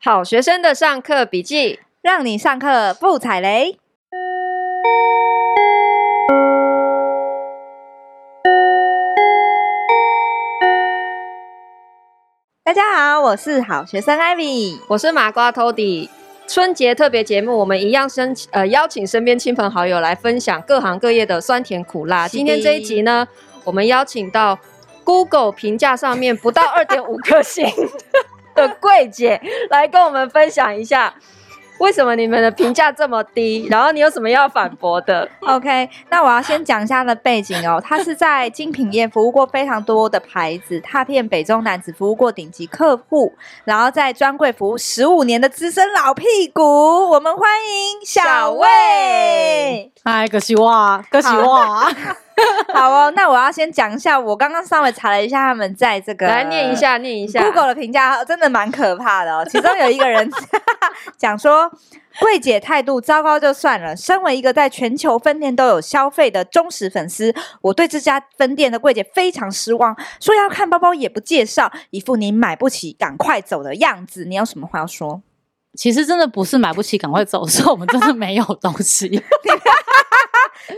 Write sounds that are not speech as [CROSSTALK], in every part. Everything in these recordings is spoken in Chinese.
好学生的上课笔记，让你上课不踩雷。大家好，我是好学生 Ivy。我是麻瓜 Tody。春节特别节目，我们一样申呃邀请身边亲朋好友来分享各行各业的酸甜苦辣。是的今天这一集呢，我们邀请到 Google 评价上面不到二点五颗 [LAUGHS] 星的柜姐来跟我们分享一下，为什么你们的评价这么低，然后你有什么要反驳的？ OK，那我要先讲一下它的背景哦。他是在精品业服务过非常多的牌子，踏遍北中南，只服务过顶级客户，然后在专柜服务十五年的资深老屁股。我们欢迎小魏。哎，可惜哇，可惜啊哇， [LAUGHS] 好哦，那我要先讲一下，我刚刚稍微查了一下，他们在这个来念一。下，念一下。 Google 的评价真的蛮可怕的哦，其中有一个人讲说，呃柜姐态度糟糕就算了，身为一个在全球分店都有消费的忠实粉丝，我对这家分店的柜姐非常失望，说要看包包也不介绍，一副你买不起赶快走的样子。你有什么话要说？ [LAUGHS] 其实真的不是买不起，赶快走，是我们真的没有东西，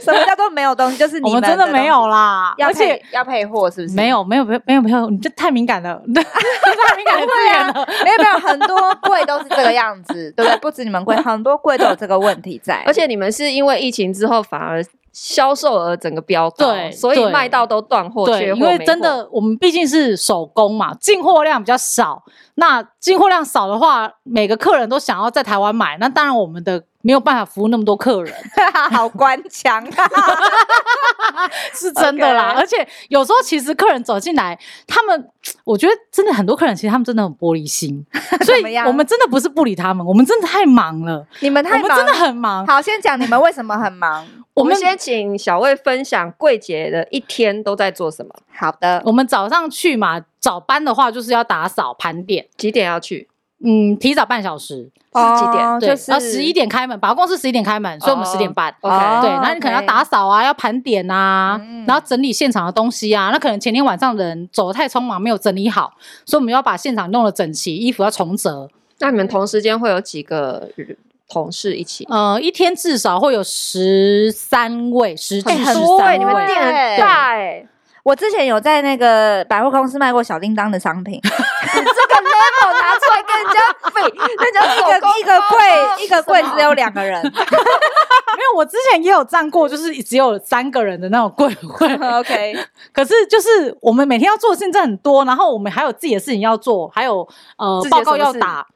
什么叫做没有东西？就是你我们真的的没有啦，要而且配要配货是不是？ [LAUGHS] 没有没有没有没有没有，你这太敏感了， [LAUGHS] 太敏感了，字啊眼了。没有没有，很多柜都是这个样 [LAUGHS] 子，对不对？不止你们柜，很多柜都有这个问题 [LAUGHS] 在。而且你们是因为疫情之后反而销售额整个飙高，对所以对卖到都断货、对，缺货因为没真货的，我们毕竟是手工嘛，进货量比较少。那进货量少的话，每个客人都想要在台湾买，那当然我们的没有办法服务那么多客人，好官腔啊！ [LAUGHS] 是真的啦。 OK 而且有时候其实客人走进来，他们我觉得真的很多客人其实他们真的很玻 [LAUGHS] 璃心，所怎么以样我们真的不是不理他们，我们真的太忙了， [LAUGHS] 你们太我忙们真的很忙。好，先讲你们为什么很忙。我我们们先请小魏分享柜姐的一天都在做什么，好的，我们早上去嘛，早班的话就是要打扫盘点，几点要去，嗯，提早半小时，是几点？哦对，就是然后十一点开门，百货公司十一点开门，所以我们哦十点半。 OK 哦对，那你可能 OK 要打扫啊，要盘点啊，嗯然后整理现场的东西啊。那可能前天晚上的人走得太匆忙，没有整理好，所以我们要把现场弄得整齐，衣服要重折。那你们同时间会有几个呃同事一起？呃，一天至少会有十三位，十至哎十很三多哎、位。你们店很大哎、我之前有在那个百货公司卖过小叮当的商 [LAUGHS] 品，我拿出来跟人家 [LAUGHS] 比，那叫一手个工一个包柜一个柜只有两个 [LAUGHS] 人。没有，我之前也有站过，就是只有三个人的那种柜会。 [LAUGHS] OK，可是就是我们每天要做的事情真的很多，然后我们还有自己的事情要做，还有呃自己的报告什么要事打，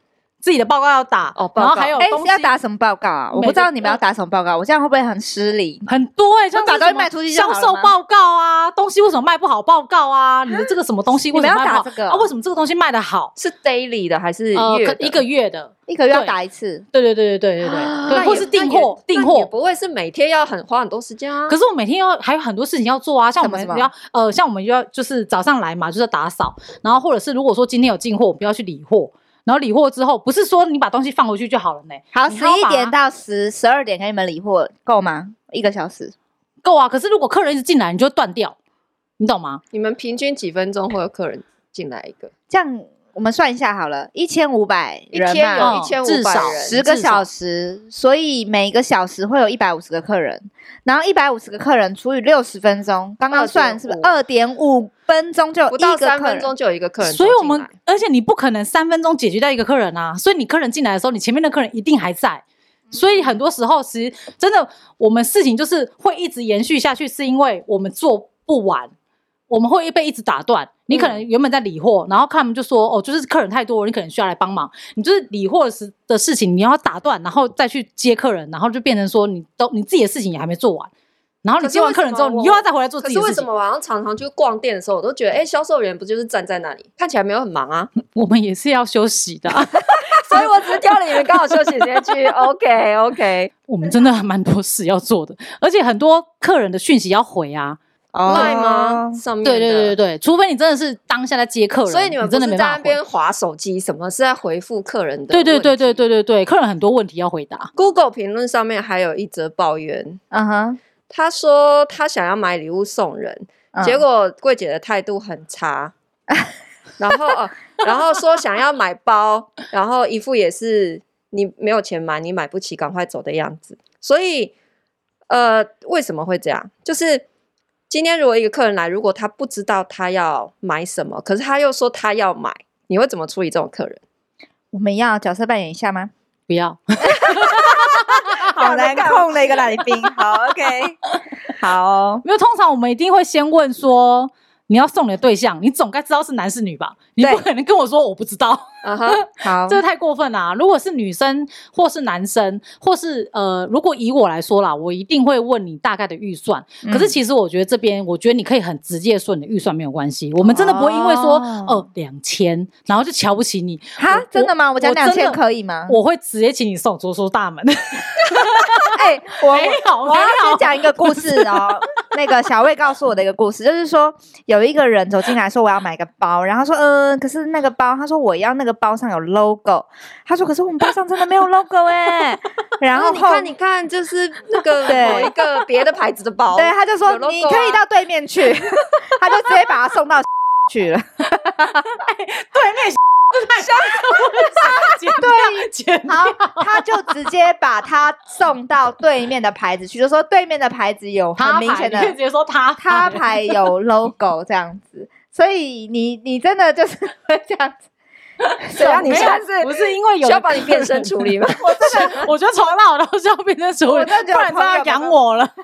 自己的报告要打，哦报告然后还有哎，东是西要打什么报告啊？我不知道你们要打什么报告，我这样会不会很失礼？很多哎、欸，像把是东西什么卖出去就好了销售吗报告啊，东西为什么卖不好报告啊，你的这个什么东西你为们什么要卖不打好这个啊，为什么这个东西卖的好？是 daily 的还是呃，月可的一个月的，一个月要对打一次，对对对对对对对，啊那对，也或是订那也货订那也货。不会是每天要很花很多时间啊。可是我每天要还有很多事情要做啊，像我们什么什么要呃，像我们要就是早上来嘛，就是打扫，然后或者是如果说今天有进货，我们要去理货，然后理货之后，不是说你把东西放回去就好了呢，好，你十还要一把点到十十二点给你们理货，够吗？一个小时。够啊。可是如果客人一直进来，你就会断掉，你懂吗？你们平均几分钟会有客人进来一个？这样我们算一下好了，一千五百一人嘛，哦天有嗯一千至五百少人，十个至少小时，所以每一个小时会有一百五十个客人，然后一百五十个客人除以六十分钟，刚刚算是不是2.5二点五分钟就有不一到个三客分人？钟就有一个客人走所进来，以我们，而且你不可能三分钟解决掉一个客人啊，所以你客人进来的时候，你前面的客人一定还在。嗯所以很多时候，其实真的，我们事情就是会一直延续下去，是因为我们做不完，我们会被一直打断。你可嗯能原本在理货，然后他们就说：“哦，就是客人太多了，你可能需要来帮忙。”你就是理货时的事情，你要打断，然后再去接客人，然后就变成说你都你自己的事情也还没做完，然后你接完客人之后，可是为什么我你又要再回来做自可己是的为事什情。么我好像常常去逛店的时候，我都觉得，哎、销售员不就是站在那里，看起来没有很忙啊？我们也是要休息的啊、 [LAUGHS] 所以我只挑了你们刚好休息时间 [LAUGHS] 去。OK OK，我们真的还蛮多事要做的，而且很多客人的讯息要回啊。哦赖吗？？上面的对对对对。对，除非你真的是当下在接客人，所以你们不真是的在那没办法回。边划手机，什么是在回复客人的？对对对对。对对对，客人很多问题要回答。 Google 评论上面还有一则抱怨，嗯哼，他说他想要买礼物送人，嗯结果柜姐的态度很差。 [LAUGHS] 然后、哦、然后说想要买包，然后一副也是你没有钱买，你买不起，赶快走的样子。所以，呃，为什么会这样？就是今天如果一个客人来，如果他不知道他要买什么，可是他又说他要买，你会怎么处理这种客人？我们要角色扮演一下吗？不要， [LAUGHS] 好难控的一个来宾。好，OK，好哦，因为通常我们一定会先问说你要送你的对象，你总该知道是男是女吧？你对不可能跟我说我不知 [LAUGHS] 道，啊哈，好，这个太过分啦、如果是女生或是男生，或是呃，如果以我来说啦，我一定会问你大概的预算。可是嗯其实我觉得这边，我觉得你可以很直接说你的预算没有关系，我们真的不会因为说哦哦两千，然后就瞧不起你。哈我，真的吗？我讲我两真的千可以吗？我会直接请你送出出大门， [LAUGHS] 哎，我没有我没要先有，讲一个故事哦。那个小魏告诉我的一个故事，就是说有一个人走进来说我要买个包，然后说嗯，可是那个包，他说我要那个包上有 logo，他说可是我们包上真的没有 logo [LAUGHS] 哎、然后你后看，你看，就是那个 [LAUGHS] 对某一个别的牌子的包，对他就说有 logo 你可以啊到对面 [LAUGHS] 去，他就直接把他送到去了。对，剪掉好，他就直接把他送到对面的牌子去，就说对面的牌子有很他明牌，显你可以的直接说他他牌牌有 logo 这样子，所以你你真的就是会这样子。怎样送你没现有在不是因为有需要人把你变身处理吗？ [LAUGHS] 我真的 [LAUGHS] 我觉得从头到尾都是要变成熟我人，真的觉不得然他要养我了。 [LAUGHS]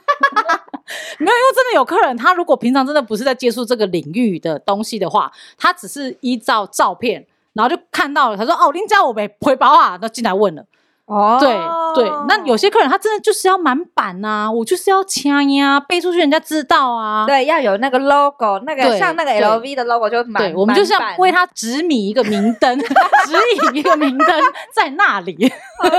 没有，因为真的有客人，他如果平常真的不是在接触这个领域的东西的话，他只是依照照片，然后就看到了，他说：“哦，林家我没回包啊。”那进来问了，哦对对。那有些客人他真的就是要满版啊，我就是要掐呀，背出去人家知道啊。对要有那个 logo，那个对像那个对 LV 的 logo 就蛮，对，我们就是要蛮版为他指米一个明灯， [LAUGHS] 指引一个明灯在那里。 OK，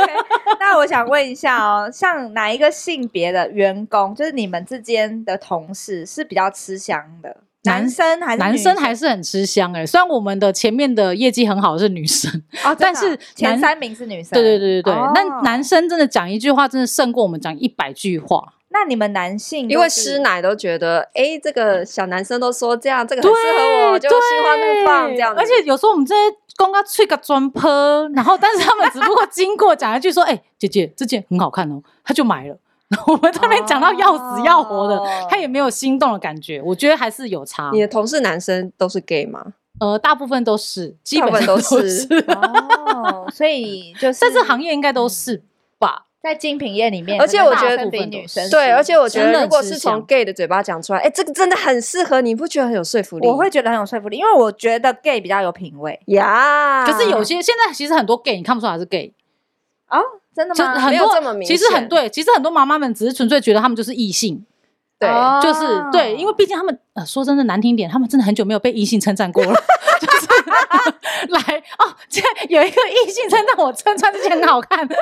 那我想问一下哦，像哪一个性别的员工，就是你们之间的同事是比较吃香的？男男生还是男女生还是很吃香哎、虽然我们的前面的业绩很好的是女 [LAUGHS] 生，哦，真的但啊是前男三名是女生。对对对对对，哦那、男生真的讲一句话，真的胜过我们讲一百句话。那你们男性因为师师奶都觉得，哎、这个小男生都说这样，这个很适合我，就心花怒放这样子。而且有时候我们真的公告吹个砖坡，然后但是他们只不过经过讲一句说：“哎、姐姐，这件很好看哦。”他就买了。 [LAUGHS] 然后我们这边讲到要死要活的，哦他也没有心动的感觉。我觉得还是有差你。的同事男生都是 gay [LAUGHS] 吗？呃，大部分都是，基本大部分上都都是是， [LAUGHS] 哦，所以就是在这行业应该都是吧。在精品业里面，而且我觉得男生比部分都女生是对，而且我觉得真的如果吃是从香 gay 的嘴巴讲出来，哎、这个真的很适合你，你不觉得很有说服力？我会觉得很有说服力，因为我觉得 gay 比较有品味呀，可是有些现在其实很多 gay，你看不出来是 gay，哦，真的就 [LAUGHS] 吗？很没有多这么明其实显很对，其实很多妈妈们只是纯粹觉得他们就是异性，对、哦就是对，因为毕竟他们呃说真的难听点，他们真的很久没有被异性称赞过了。 [LAUGHS] 就是来哦，这有一个异性称赞我穿穿这件很好看，不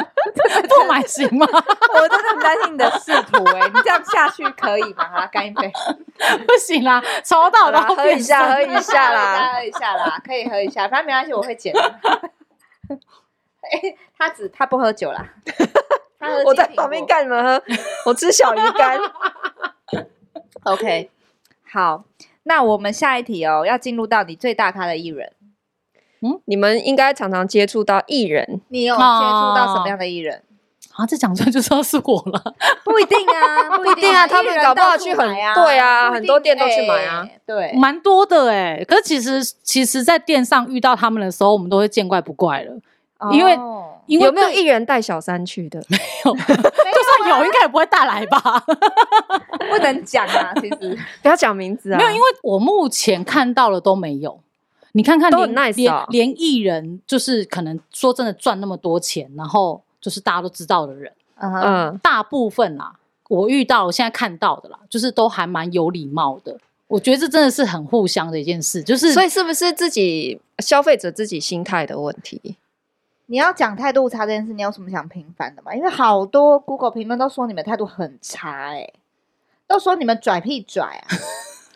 买行吗？ [LAUGHS] [LAUGHS] 我真的很担心你的仕途哎、你这样下去可以吗？好啦，干一杯，不行啦，从头到好尾都啦，要喝一变下，身喝一下 [LAUGHS] 啦。喝一下啦，可以喝一下，反正没关系，我会 [LAUGHS] 减。哎，他只他不喝酒 [LAUGHS] 啦，他喝我金在苹旁边果。干什么喝？ [LAUGHS] 我吃小鱼 [LAUGHS] 干。 OK，好，那我们下一题哦，要进入到你最大咖的艺人，你们应该常常接触到艺人，你有接触到什么样的艺人？啊，这讲出来就知道是我了。不一定啊， [LAUGHS] 不一定啊他们搞不好去很对啊很多店都去买啊，哎对蛮多的哎、可是其实其实，在店上遇到他们的时候，我们都会见怪不怪了。因为哦因为有没有对艺人带小三去的？就算有，应该也不会带来吧？不能讲啊， [LAUGHS] 其实不要讲名字啊，没有，因为我目前看到了都没有。你看看都连，很 nice 连啊连艺人，就是可能说真的赚那么多钱，然后就是大家都知道的人，嗯嗯，大部分啦，我遇到我现在看到的啦，就是都还蛮有礼貌的。我觉得这真的是很互相的一件事，就是所以是不是自己消费者自己心态的问题？你要讲态度差这件事，你有什么想平反的吗？因为好多 Google 评论都说你们态度很差、欸，都说你们拽屁拽啊，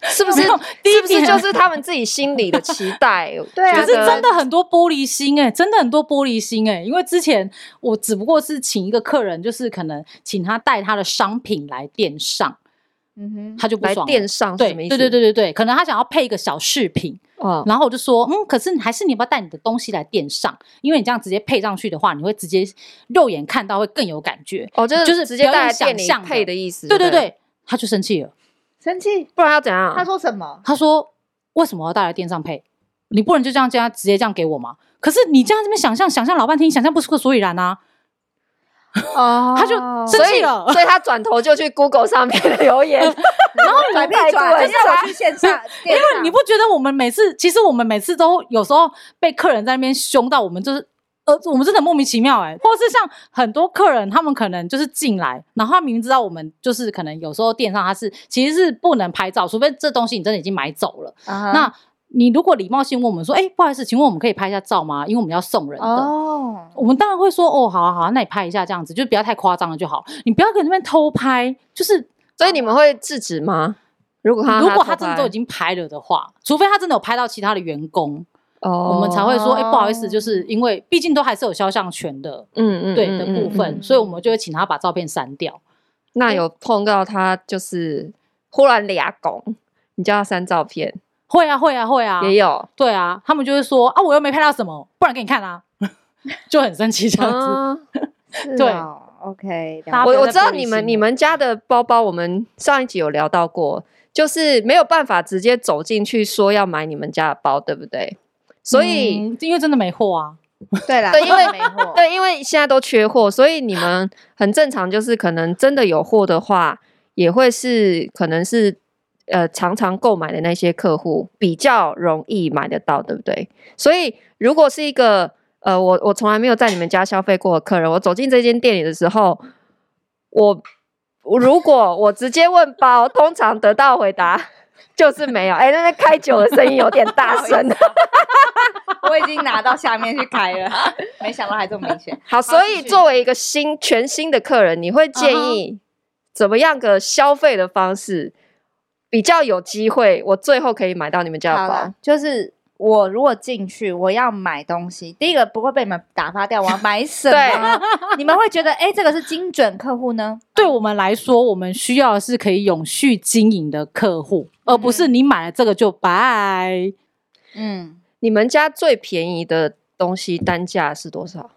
是不是没有？ [LAUGHS] 第一是不是点就是他们自己心里的期 [LAUGHS] 待？对啊觉可得是真的很多玻璃心哎、真的很多玻璃心哎、因为之前我只不过是请一个客人，就是可能请他带他的商品来店上，嗯哼，他就不来爽了。电上对什么意对思？对对对对，可能他想要配一个小饰品，哦，然后我就说，嗯，可是你还是你要不要带你的东西来店上，因为你这样直接配上去的话，你会直接肉眼看到会更有感觉。哦，就是就是直接不要带来用店想里象的配的意思。对对对，对，他就生气了，生气。不然要怎样？他说什么？他说为什么要带来店上配？你不能就这样这样直接这样给我吗？可是你这样这边想象想象老半天，想象不出个所以然啊！哦他就所生以气了所以他转头就去 Google 上面留 [LAUGHS] 言，然后转屁态转，度就是很差我去线上，因因为你不觉得我们每次，其实我们每次都有时候被客人在那边凶到，我们就是。呃，我们真的莫名其妙哎、或是像很多客人，他们可能就是进来，然后他明明知道我们就是可能有时候店上他是其实是不能拍照，除非这东西你真的已经买走了。嗯那你如果礼貌性问我们说，哎、不好意思，请问我们可以拍一下照吗？因为我们要送人的。哦，我们当然会说，哦，好啊好啊，那你拍一下这样子，就不要太夸张了就好。你不要跟那边偷拍，就是所以你们会制止吗？如啊果他如果他偷真的拍都已经拍了的话，除非他真的有拍到其他的员工，哦，我们才会说，哎、哦不好意思，就是因为毕竟都还是有肖像权的，嗯嗯对嗯的嗯部嗯分，嗯所以我们就会请他把照片删掉。那有碰到他就是忽然俩拱，你叫他删照片，会啊，会啊，会啊，也有对啊，他们就会说啊，我又没拍到什么，不然给你看啊， [LAUGHS] 就很生气这样子。啊是对哦，OK，大家不我要我再知道玻璃你心们你了们家的包包，我们上一集有聊到过，就是没有办法直接走进去说要买你们家的包，对不对？所以、嗯因为真的没货啊，对啦，对因为没货，对，因为现在都缺货，所以你们很正常，就是可能真的有货的话，也会是可能是呃常常购买的那些客户比较容易买得到，对不对？所以如果是一个呃我我从来没有在你们家消费过的客人，我走进这间店里的时候，我我如果我直接问包，通常得到回答 [LAUGHS] 就是没有。哎、那那开酒的声音有点大声。 [LAUGHS] 我已经拿到下面去开了， [LAUGHS] 没想到还这么明显。好，所以继续作为一个新全新的客人，你会建议怎么样个消费的方式比较有机会？我最后可以买到你们家好的了包，，就是我如果进去，我要买东西，第一个不会被你们打发掉，我要买什么？ [LAUGHS] 你们会觉得，哎、这个是精准客户呢？对我们来说，我们需要的是可以永续经营的客户，而不是你买了这个就拜。嗯，你们家最便宜的东西单价是多少？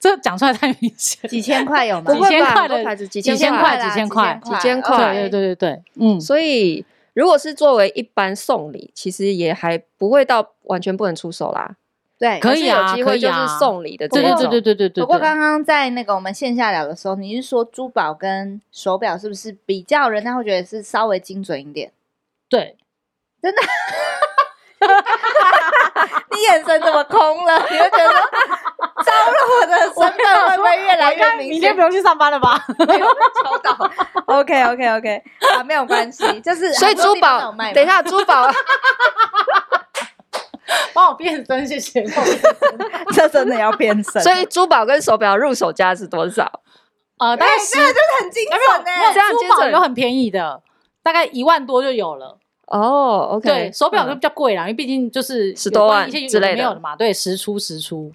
这讲出来太明显。几千块有吗不？会千吧块很多的牌子 [LAUGHS] 几几千千块块啦几千块几千块，OK 对对对对对，嗯，所以如果是作为一般送礼，其实也还不会到完全不能出手啦，对。可以啊是有机会就可以是啊送礼的这对一对种，对对对对对。不过刚刚在那个我们线下聊的时候，你是说珠宝跟手表是不是比较人家会觉得是稍微精准一点？对，你眼神怎么空了？你会觉得说 [LAUGHS] 糟了，我的身份会不会越来越明显明天不？用去上班了吧？ [LAUGHS] 没有被抽到。OK [LAUGHS] OK OK，啊，没有关系，就是所以很多珠地方都有宝卖，嘛等一，下珠宝。 [LAUGHS] 帮我变身，谢谢。 [LAUGHS] 这真的要变身所以珠宝跟手表入手价是多少？呃，大概十，哎很精欸准呢、哎这样珠精宝准有很便宜的，大概一万多就有了。哦，OK，对，手表嗯就比较贵啦，因为毕竟就是10有多万关一些有之类的没有的嘛。对，十出十出，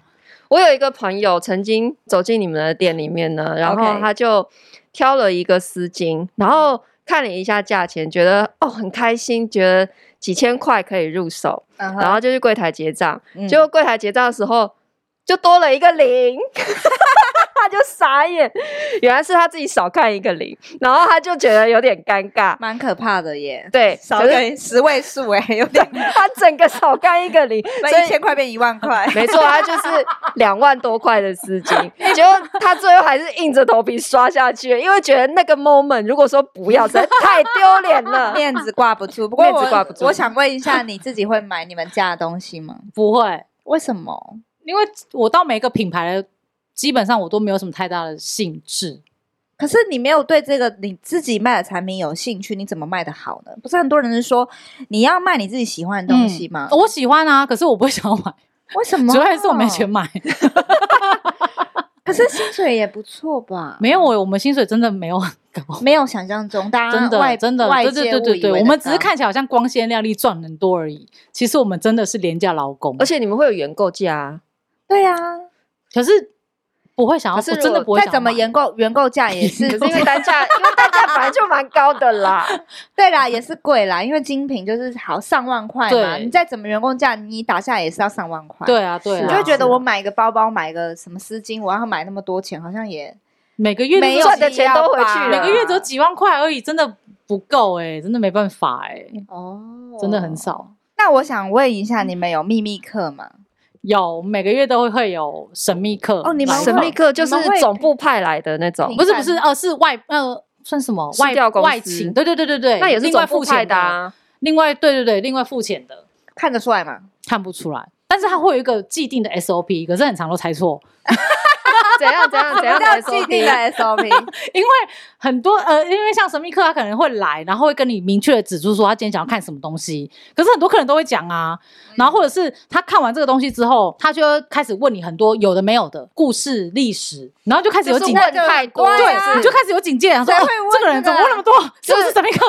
我有一个朋友曾经走进你们的店里面呢，然后 OK 他就挑了一个丝巾，然后看了一下价钱，觉得哦很开心，觉得几千块可以入手，嗯然哼，后就去柜台结账。嗯结果柜台结账的时候就多了一个零， [LAUGHS] 他就傻眼，原来是他自己少看一个零，然后他就觉得有点尴尬。蛮可怕的耶，对，少可是个十位数哎、 [LAUGHS] 有点，他整个少看一个零， [LAUGHS] 那所以。一千块变一万块 [LAUGHS] 没错，他就是两万多块的丝巾，结果他最后还是硬着头皮刷下去，因为觉得那个 moment 如果说不要，实在太丢脸 [LAUGHS] 了。面子挂不住，不过面子挂我不住我想问一下，你自己会买你们家的东西吗？不会，为什么？因为我到每个品牌的基本上我都没有什么太大的兴致。可是你没有对这个你自己卖的产品有兴趣，你怎么卖的好呢？不是很多人是说你要卖你自己喜欢的东西嗯吗？我喜欢啊，可是我不会想要买，为什么？哦主要还是我没钱买。可是薪水也不错吧？没有，我我们薪水真的没有很高。没有想象中，大家真的啊外真的，外对界对对误对以为对，的我们只是高看起来好像光鲜亮丽赚很多而已，其实我们真的是廉价劳工。而且你们会有原购价、啊，对啊，可是不会想要，可是我真的如果不会再想怎么买原购原购价也 [LAUGHS] 是，可是因为单价，因为单价本来就蛮高的啦。对啦，也是贵啦，因为精品就是好上万块嘛，对你再怎么员工价，你打下来也是要上万块。，对啊，对啊，你就会觉得我买个包包，买个什么丝巾，我要买那么多钱，好像也每个月没有啊就赚是的钱都回去了每个月只有几万块而已，真的不够哎、真的没办法哎、哦真的很。少。那我想问一下，你们有秘密课吗？有每个月都会会有神秘课哦你们来神秘课就是你们会总部派来的那种平，不是不是呃是外呃算什么市外调公司外勤对对对对对，那也是另总外部付派钱的啊。另外对对对，另外付钱的看得出来吗？看不出来，但是它会有一个既定的 SOP，可是很常都猜错，怎样怎样怎 [LAUGHS] 样才叫收既定听的 SOP，因为很多呃，因为像神秘客他可能会来，然后会跟你明确的指出说他今天想要看什么东西，可是很多客人都会讲啊，嗯然后或者是他看完这个东西之后，他就会开始问你很多有的没有的故事历史，然后就开始 [LAUGHS] 有就是警问太多，对啊还是就开始有警戒，想说、谁哦会问、这个人这怎个么问那么多，是不就是是神秘客？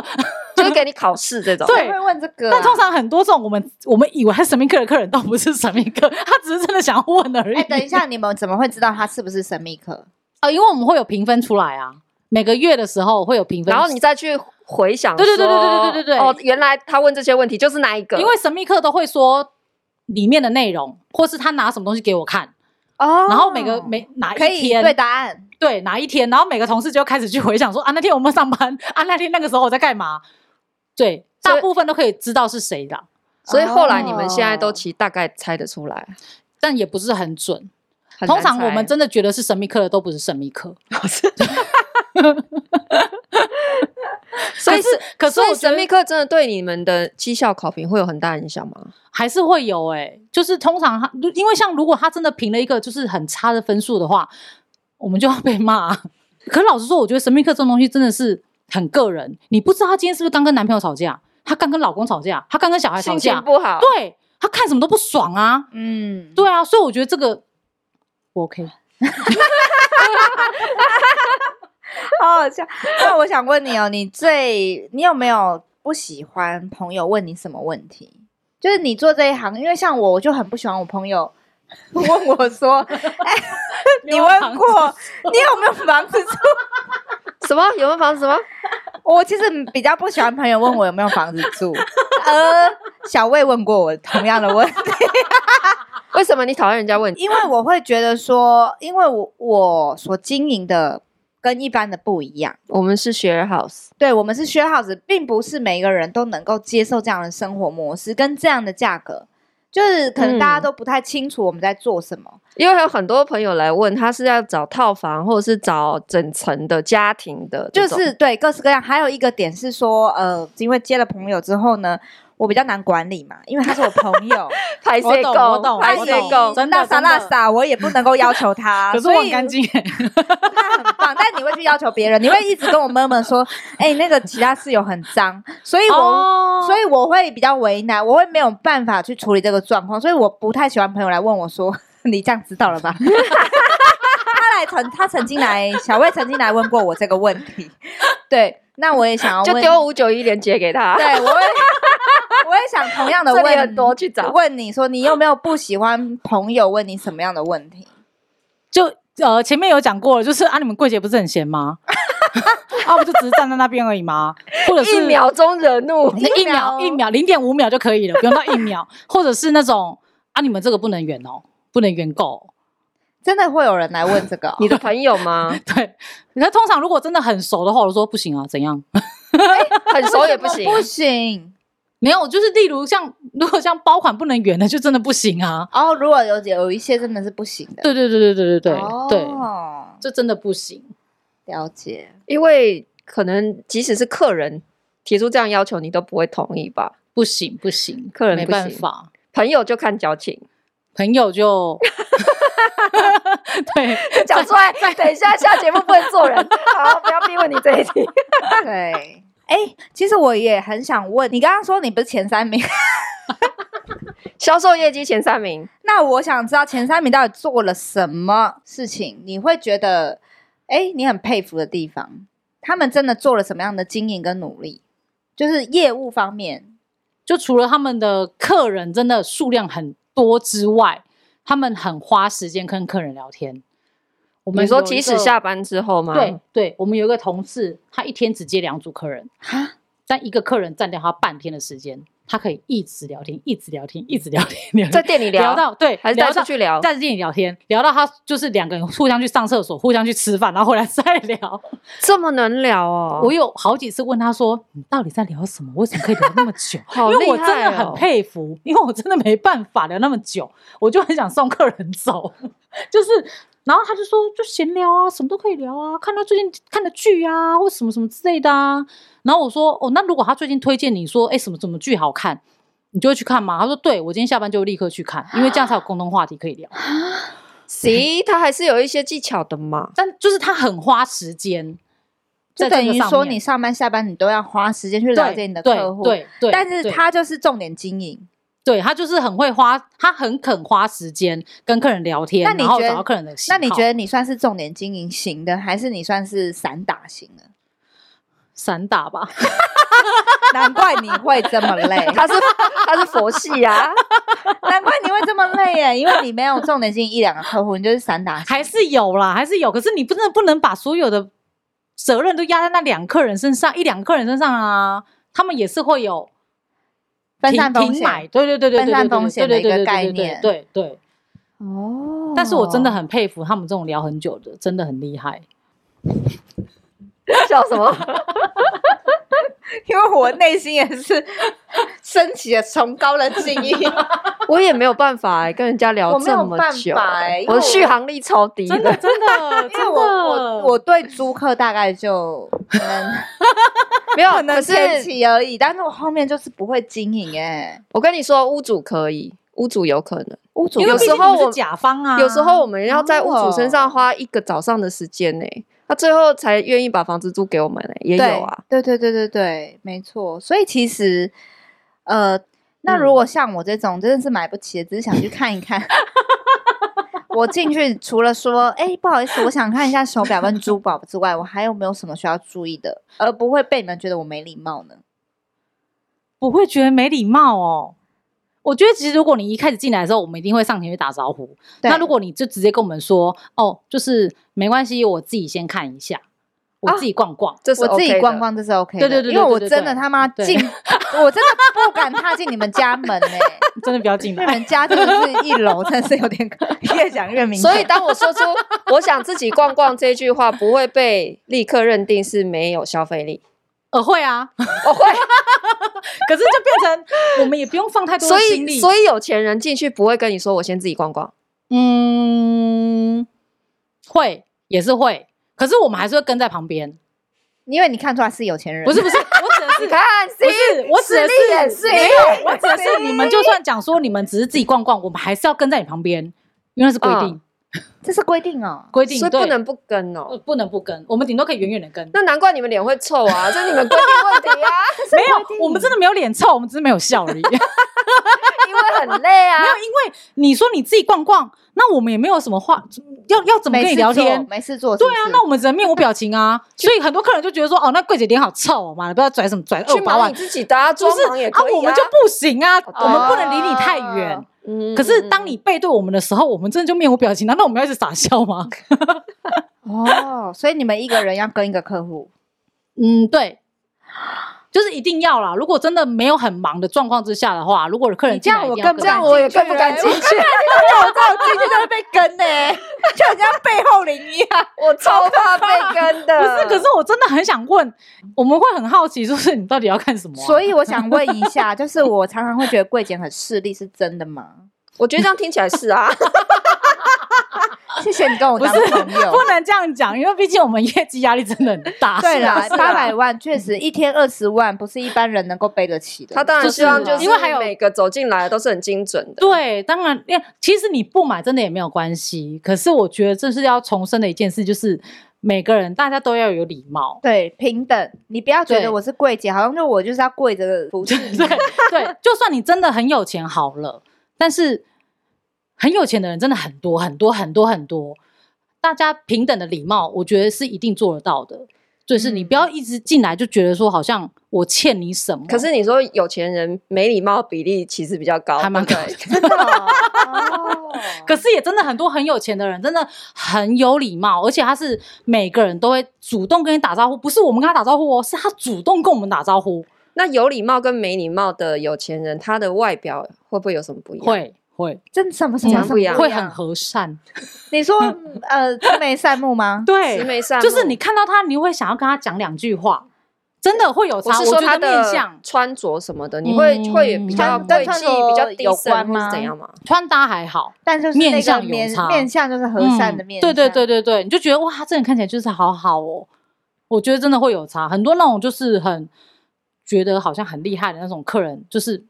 就是给你考试这种。对谁会问这个啊、但通常很多这种我们我们以为他是神秘客的客人，都不是神秘客，他只是真的想要问 [LAUGHS] 而已。哎、等一下，你们怎么会知道它是不是神秘课？呃，因为我们会有评分出来啊，每个月的时候会有评分，然后你再去回想说，对对对对对对对对哦，原来他问这些问题就是那一个，因为神秘客都会说里面的内容，或是他拿什么东西给我看，哦然后每个每哪可一以天对答案，对哪一天，然后每个同事就开始去回想说啊那天我们上班啊那天那个时候我在干嘛，对，所以大部分都可以知道是谁的，所以后来你们现在哦都其实大概猜得出来。但也不是很准。很难通常我猜们真的觉得是神秘客的都不是神秘客，所以可是可是所我以觉神得秘课真的对你们的绩效考评会有很大影响吗？还是会有哎、就是通常他因为像如果他真的评了一个就是很差的分数的话，我们就要被骂。 [LAUGHS] 可是老实说，我觉得神秘课这种东西真的是很个人，你不知道他今天是不是刚跟男朋友吵架，他刚跟老公吵架，他刚跟小孩吵心情架，不好，对他看什么都不爽啊，嗯，对啊，所以我觉得这个我 OK。好好笑。那我想问你哦，你最你有没有不喜欢朋友问你什么问题？就是你做这一行，因为像我，我就很不喜欢我朋友 [LAUGHS] 问我说：“哎， [LAUGHS] 你问房子过啊你有没有房子住 [LAUGHS] [LAUGHS] 什么有没有房子什么？？”我其实比较不喜欢朋友问我有没有房子住。呃，小魏问过我同样的问题，为什么你讨厌人家问你？因为我会觉得说，因为我我所经营的跟一般的不一样。我们是 share house，对我们是 share house，并不是每一个人都能够接受这样的生活模式跟这样的价格，就是可能大家嗯都不太清楚我们在做什么。因为有很多朋友来问，他是要找套房或者是找整层的家庭的这就种，是对各式各样。还有一个点是说，呃，因为接了朋友之后呢，我比较难管理嘛，因为他是我朋友， [LAUGHS] 排我水懂我懂垢，他排我水懂垢，真的那啥真的那啥，我也不能够要求他， [LAUGHS] 可是所我以很干净欸，他很棒，但你会去要求别人，你会一直跟我妈妈 [LAUGHS] 说，哎、那个其他室友很脏，所以我。哦所以我会比较为难，我会没有办法去处理这个状况，所以我不太喜欢朋友来问我说：“ [LAUGHS] 你这样知道了吧？” [LAUGHS] 他来曾他曾经来，小魏曾经来问过我这个问 [LAUGHS] 题，对，那我也想要就问，丢五九一链接给他。啊对 [LAUGHS] 我会我也想同样的这里问很多去找问你说你有没有不喜欢朋友问你什么样的问题？就呃前面有讲过了，就是啊你们柜姐不是很闲吗？ [LAUGHS] 啊不就只是站在那边而已吗？或者是一秒钟惹怒，哦那一秒哦秒一秒零点五秒就可以了，不用到 [LAUGHS] 一秒，或者是那种啊，你们这个不能远哦，不能远购哦、 [LAUGHS] 真的会有人来问这个哦、你的朋友吗？ [LAUGHS] 对，那通常如果真的很熟的话，我就说不行啊，怎样？很熟也不行，不行没有，就是例如像 [LAUGHS] 如果像包款不能远的，就真的不行啊。哦。如果有有一些真的是不行的，对对对对对对对、对，哦，这真的不行。了解。因为可能即使是客人提出这样要求，你都不会同意吧？不行不行，客人没不行办法，朋友就看交情，朋友就 [LAUGHS] 对， [LAUGHS] 讲出来。等一下下节目不能 [LAUGHS] 做人，好，不要逼问你这一题。对， [LAUGHS] 哎、其实我也很想问，你刚刚说你不是前三名， [LAUGHS] 销售业绩前三名，那我想知道前三名到底做了什么事情，你会觉得，哎、你很佩服的地方，他们真的做了什么样的经营跟努力，就是业务方面，就除了他们的客人真的数量很多之外，他们很花时间跟客人聊天。我们你说有一即使个下班之后吗？对，对，我们有一个同事，他一天只接两组客人，但一个客人占掉他半天的时间，他可以一直聊天，一直聊天，一直聊天，聊在店里聊到对，还是带聊出到去聊？在店里聊天，聊到他就是两个人互相去上厕所，互相去吃饭，然后回来再哦聊。这么能聊哦，我有好几次问他说：“你到底在聊什么？为什么可以聊那么久？”好因为我厉真害的很哦佩服， [LAUGHS] 因为我真的没办法聊那么久，我就很想送客人走， [LAUGHS] 就是。然后他就说，就闲聊啊，什么都可以聊啊，看他最近看的剧啊，或什么什么之类的啊。然后我说，哦，那如果他最近推荐你说，哎，什么什么剧好看，你就会去看吗？他说，对，我今天下班就立刻去看，因为这样才有共同话题可以聊。 [LAUGHS] 行，他还是有一些技巧的嘛。但就是他很花时间，就在这等个于上说面你上班下班你都要花时间去了解你的对客户，对对，但是对他就是重点经营。对他就是很会花，他很肯花时间跟客人聊天，那你然后觉得找到客人的喜那你好觉得你算是重点经营型的，还是你算是散打型的？散打吧？ [LAUGHS] 难怪你会这么 [LAUGHS] 累，他是他是佛系呀、啊，难怪你会这么累耶，因为你没有重点经营一两个客户，你就是散打型。还是有啦，还是有。可是你不真的不能把所有的责任都压在那两个人身上，一两个客人身上啊，他们也是会有分停散风停买，险对对对对对对，分散对风险的一个对对对对概对对念对对。哦但是我真的很佩服他们这种聊很久的，真的很厉害。 [LAUGHS] 笑什么？因为我内心也是升起了崇高的敬意。我也没有办法、欸、跟人家聊我没有这么久、办法欸因为我我的续航力超低真的的。真的，因为 [LAUGHS] 真我我的我对租客大概就可能没有， [LAUGHS] 可可能前是期而已，但是我后面就是不会经营哎、我跟你说，屋主可以，屋主有可能，屋主因为有毕时竟候你们我是甲方啊，有时候我们要在屋主身上哦花一个早上的时间呢、他最后才愿意把房子租给我们呢、也对有啊。对对对对对，没错。所以其实呃，那嗯如果像我这种真的是买不起的，只是想去看一 [LAUGHS] 看。我进去除了说，哎、不好意思，我想看一下手表跟珠宝之外，我还有没有什么需要注意的，而不会被你们觉得我没礼貌呢？不会觉得没礼貌哦。我觉得其实如果你一开始进来的时候，我们一定会上前去打招呼。对那如果你就直接跟我们说，哦，就是没关系，我自己先看一下，我自己逛逛。这是、我 OK、自己逛，逛这是 OK 的，对对对对因为对我对真的对他妈对进，我真的不敢踏进你们家门呢、 [LAUGHS] 真的不要进因为你来。们家真的是一楼，真的是有点可 [LAUGHS] 越讲越明显。所以当我说 [LAUGHS] 出我想自己逛逛这句话，不会被立刻认定是没有消费力。 [LAUGHS] 呃，会啊，哦我会，可是就变成我们也不用放太多所的心力。以所以有钱人进去不会跟你说我先自己逛逛，嗯，会也是会，可是我们还是会跟在旁边。因为你看出来是有钱人，不是不是，我指的 [LAUGHS] 是你看，不是，我指的实力演是示没有，我指的是你们就算讲说你们只是自己逛逛，我们还是要跟在你旁边，因为那是规定嗯这是规定哦。规所以不定，对能不跟哦、呃不能不跟，我们顶多可以远远的跟。那难怪你们脸会臭 [LAUGHS] 啊，这是你们规定哦问题啊，没有，我们真的没有脸臭，我们只是没有笑 [LAUGHS] 而已。没有，因为很累啊。因为你说你自己逛逛，那我们也没有什么话，要要怎么没跟事你聊做天？没事做是对不是。啊，那我们只能面无表 [LAUGHS] 情啊。所以很多客人就觉得说，哦，那柜姐脸好臭哦，妈的，不知道拽什么拽二去百忙万你。自己的、啊，不装是忙也可以、啊我们就不行啊，我们不能离你太哦远。嗯可是嗯当你背对我们的时候，我们真的就面无表情，难道我们要一直傻笑吗？哦，所以你们一个人要跟一个客 [LAUGHS] 户，嗯，对，就是一定要啦。如果真的没有很忙的状况之下的话，如果有客人你这进来样一我定要嗯更不跟这样敢我也进去更不敢了进啊去那我这种进去就会被跟呢、 [LAUGHS] 就人家背后淋一啊样。 [LAUGHS] 我超怕被跟的。不是，可是我真的很想问，我们会很好奇，就是你到底要看什么啊、所以我想问一下， [LAUGHS] 就是我常常会觉得柜姐很势利，是真的吗？我觉得这样听起来是 [LAUGHS] 啊，谢谢你跟我不当 [LAUGHS] 是朋友。不能这样讲，因为毕竟我们业绩压力真的很大。对是啦啊，是啊八百万确实一天二十万不是一般人能够背得起的。他当然就是希望就是因为还有每个走进来都是很精准的。对，当然，因为其实你不买真的也没有关系。可是我觉得这是要重申的一件事，就是每个人大家都要有礼貌。对平等，你不要觉对得我是柜姐，好像就我就是要跪着服侍你。 [LAUGHS] 对对，就算你真的很有钱好了，但是很有钱的人真的很多很多很多很多，大家平等的礼貌，我觉得是一定做得到的。就是你不要一直进来就觉得说好像我欠你什么，可是你说有钱人没礼貌比例其实比较高，还蛮对高不对。真的哦， [LAUGHS] 可是也真的很多很有钱的人，真的很有礼貌，而且他是每个人都会主动跟你打招呼，不是我们跟他打招呼哦，是他主动跟我们打招呼。那有礼貌跟没礼貌的有钱人，他的外表会不会有什么不一样？，会会真什么嗯什么讲什不么一样会很和善，你说呃青梅善目吗？慈嗯对，眉善目就是你，看到他，你会想要跟他讲两句话，真的会有我差。是啊我说觉他得面的相穿着什么的，你会嗯会比较穿贵跟气、穿比较着低有声关或是吗怎样吗？穿搭还好，但就是面那个相有面差面相就是和善的面对相，对对对对，你就觉得哇，他这人看起来就是好好哦。我觉得真的会有差，很多那种就是很觉得好像很厉害的那种客人，就是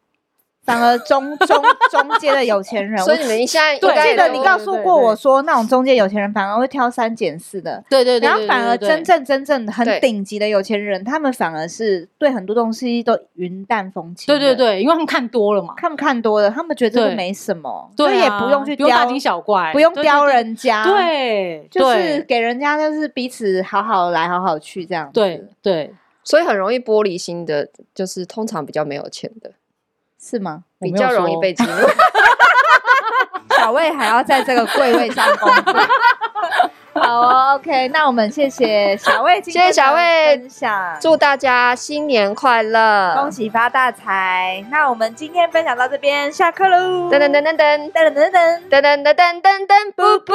反而中中中阶的有钱 [LAUGHS] 人，所以你们现 [LAUGHS] 在应对我该记也得都你告诉过我说，那种中间有钱人反而会挑三拣四的，对对然后反而真正真正很对顶级的有钱人，他们反而是对很多东西都云淡风轻。对对，对，因为他们看多了嘛，看不看多了，他们觉得这对个没什么，所对以也啊，不用去不用大雕，惊小怪，不用对雕，人家，对对，就是对给人家就是彼此好好来好好去这样。对，对，所以很容易玻璃心的，就是通常比较没有钱的，是吗？我比没有较容易说被激怒。 [LAUGHS] [LAUGHS] 小魏还要在这个柜位上工作。 [LAUGHS] 好、哦、，OK，那我们谢谢小魏今天谢谢小魏的分享，祝大家新年快乐！恭！喜发大财。那我们今天分享到这边，下课喽。噔噔噔噔噔噔噔噔噔。 [LAUGHS] 噔噔噔噔噔噔，布布。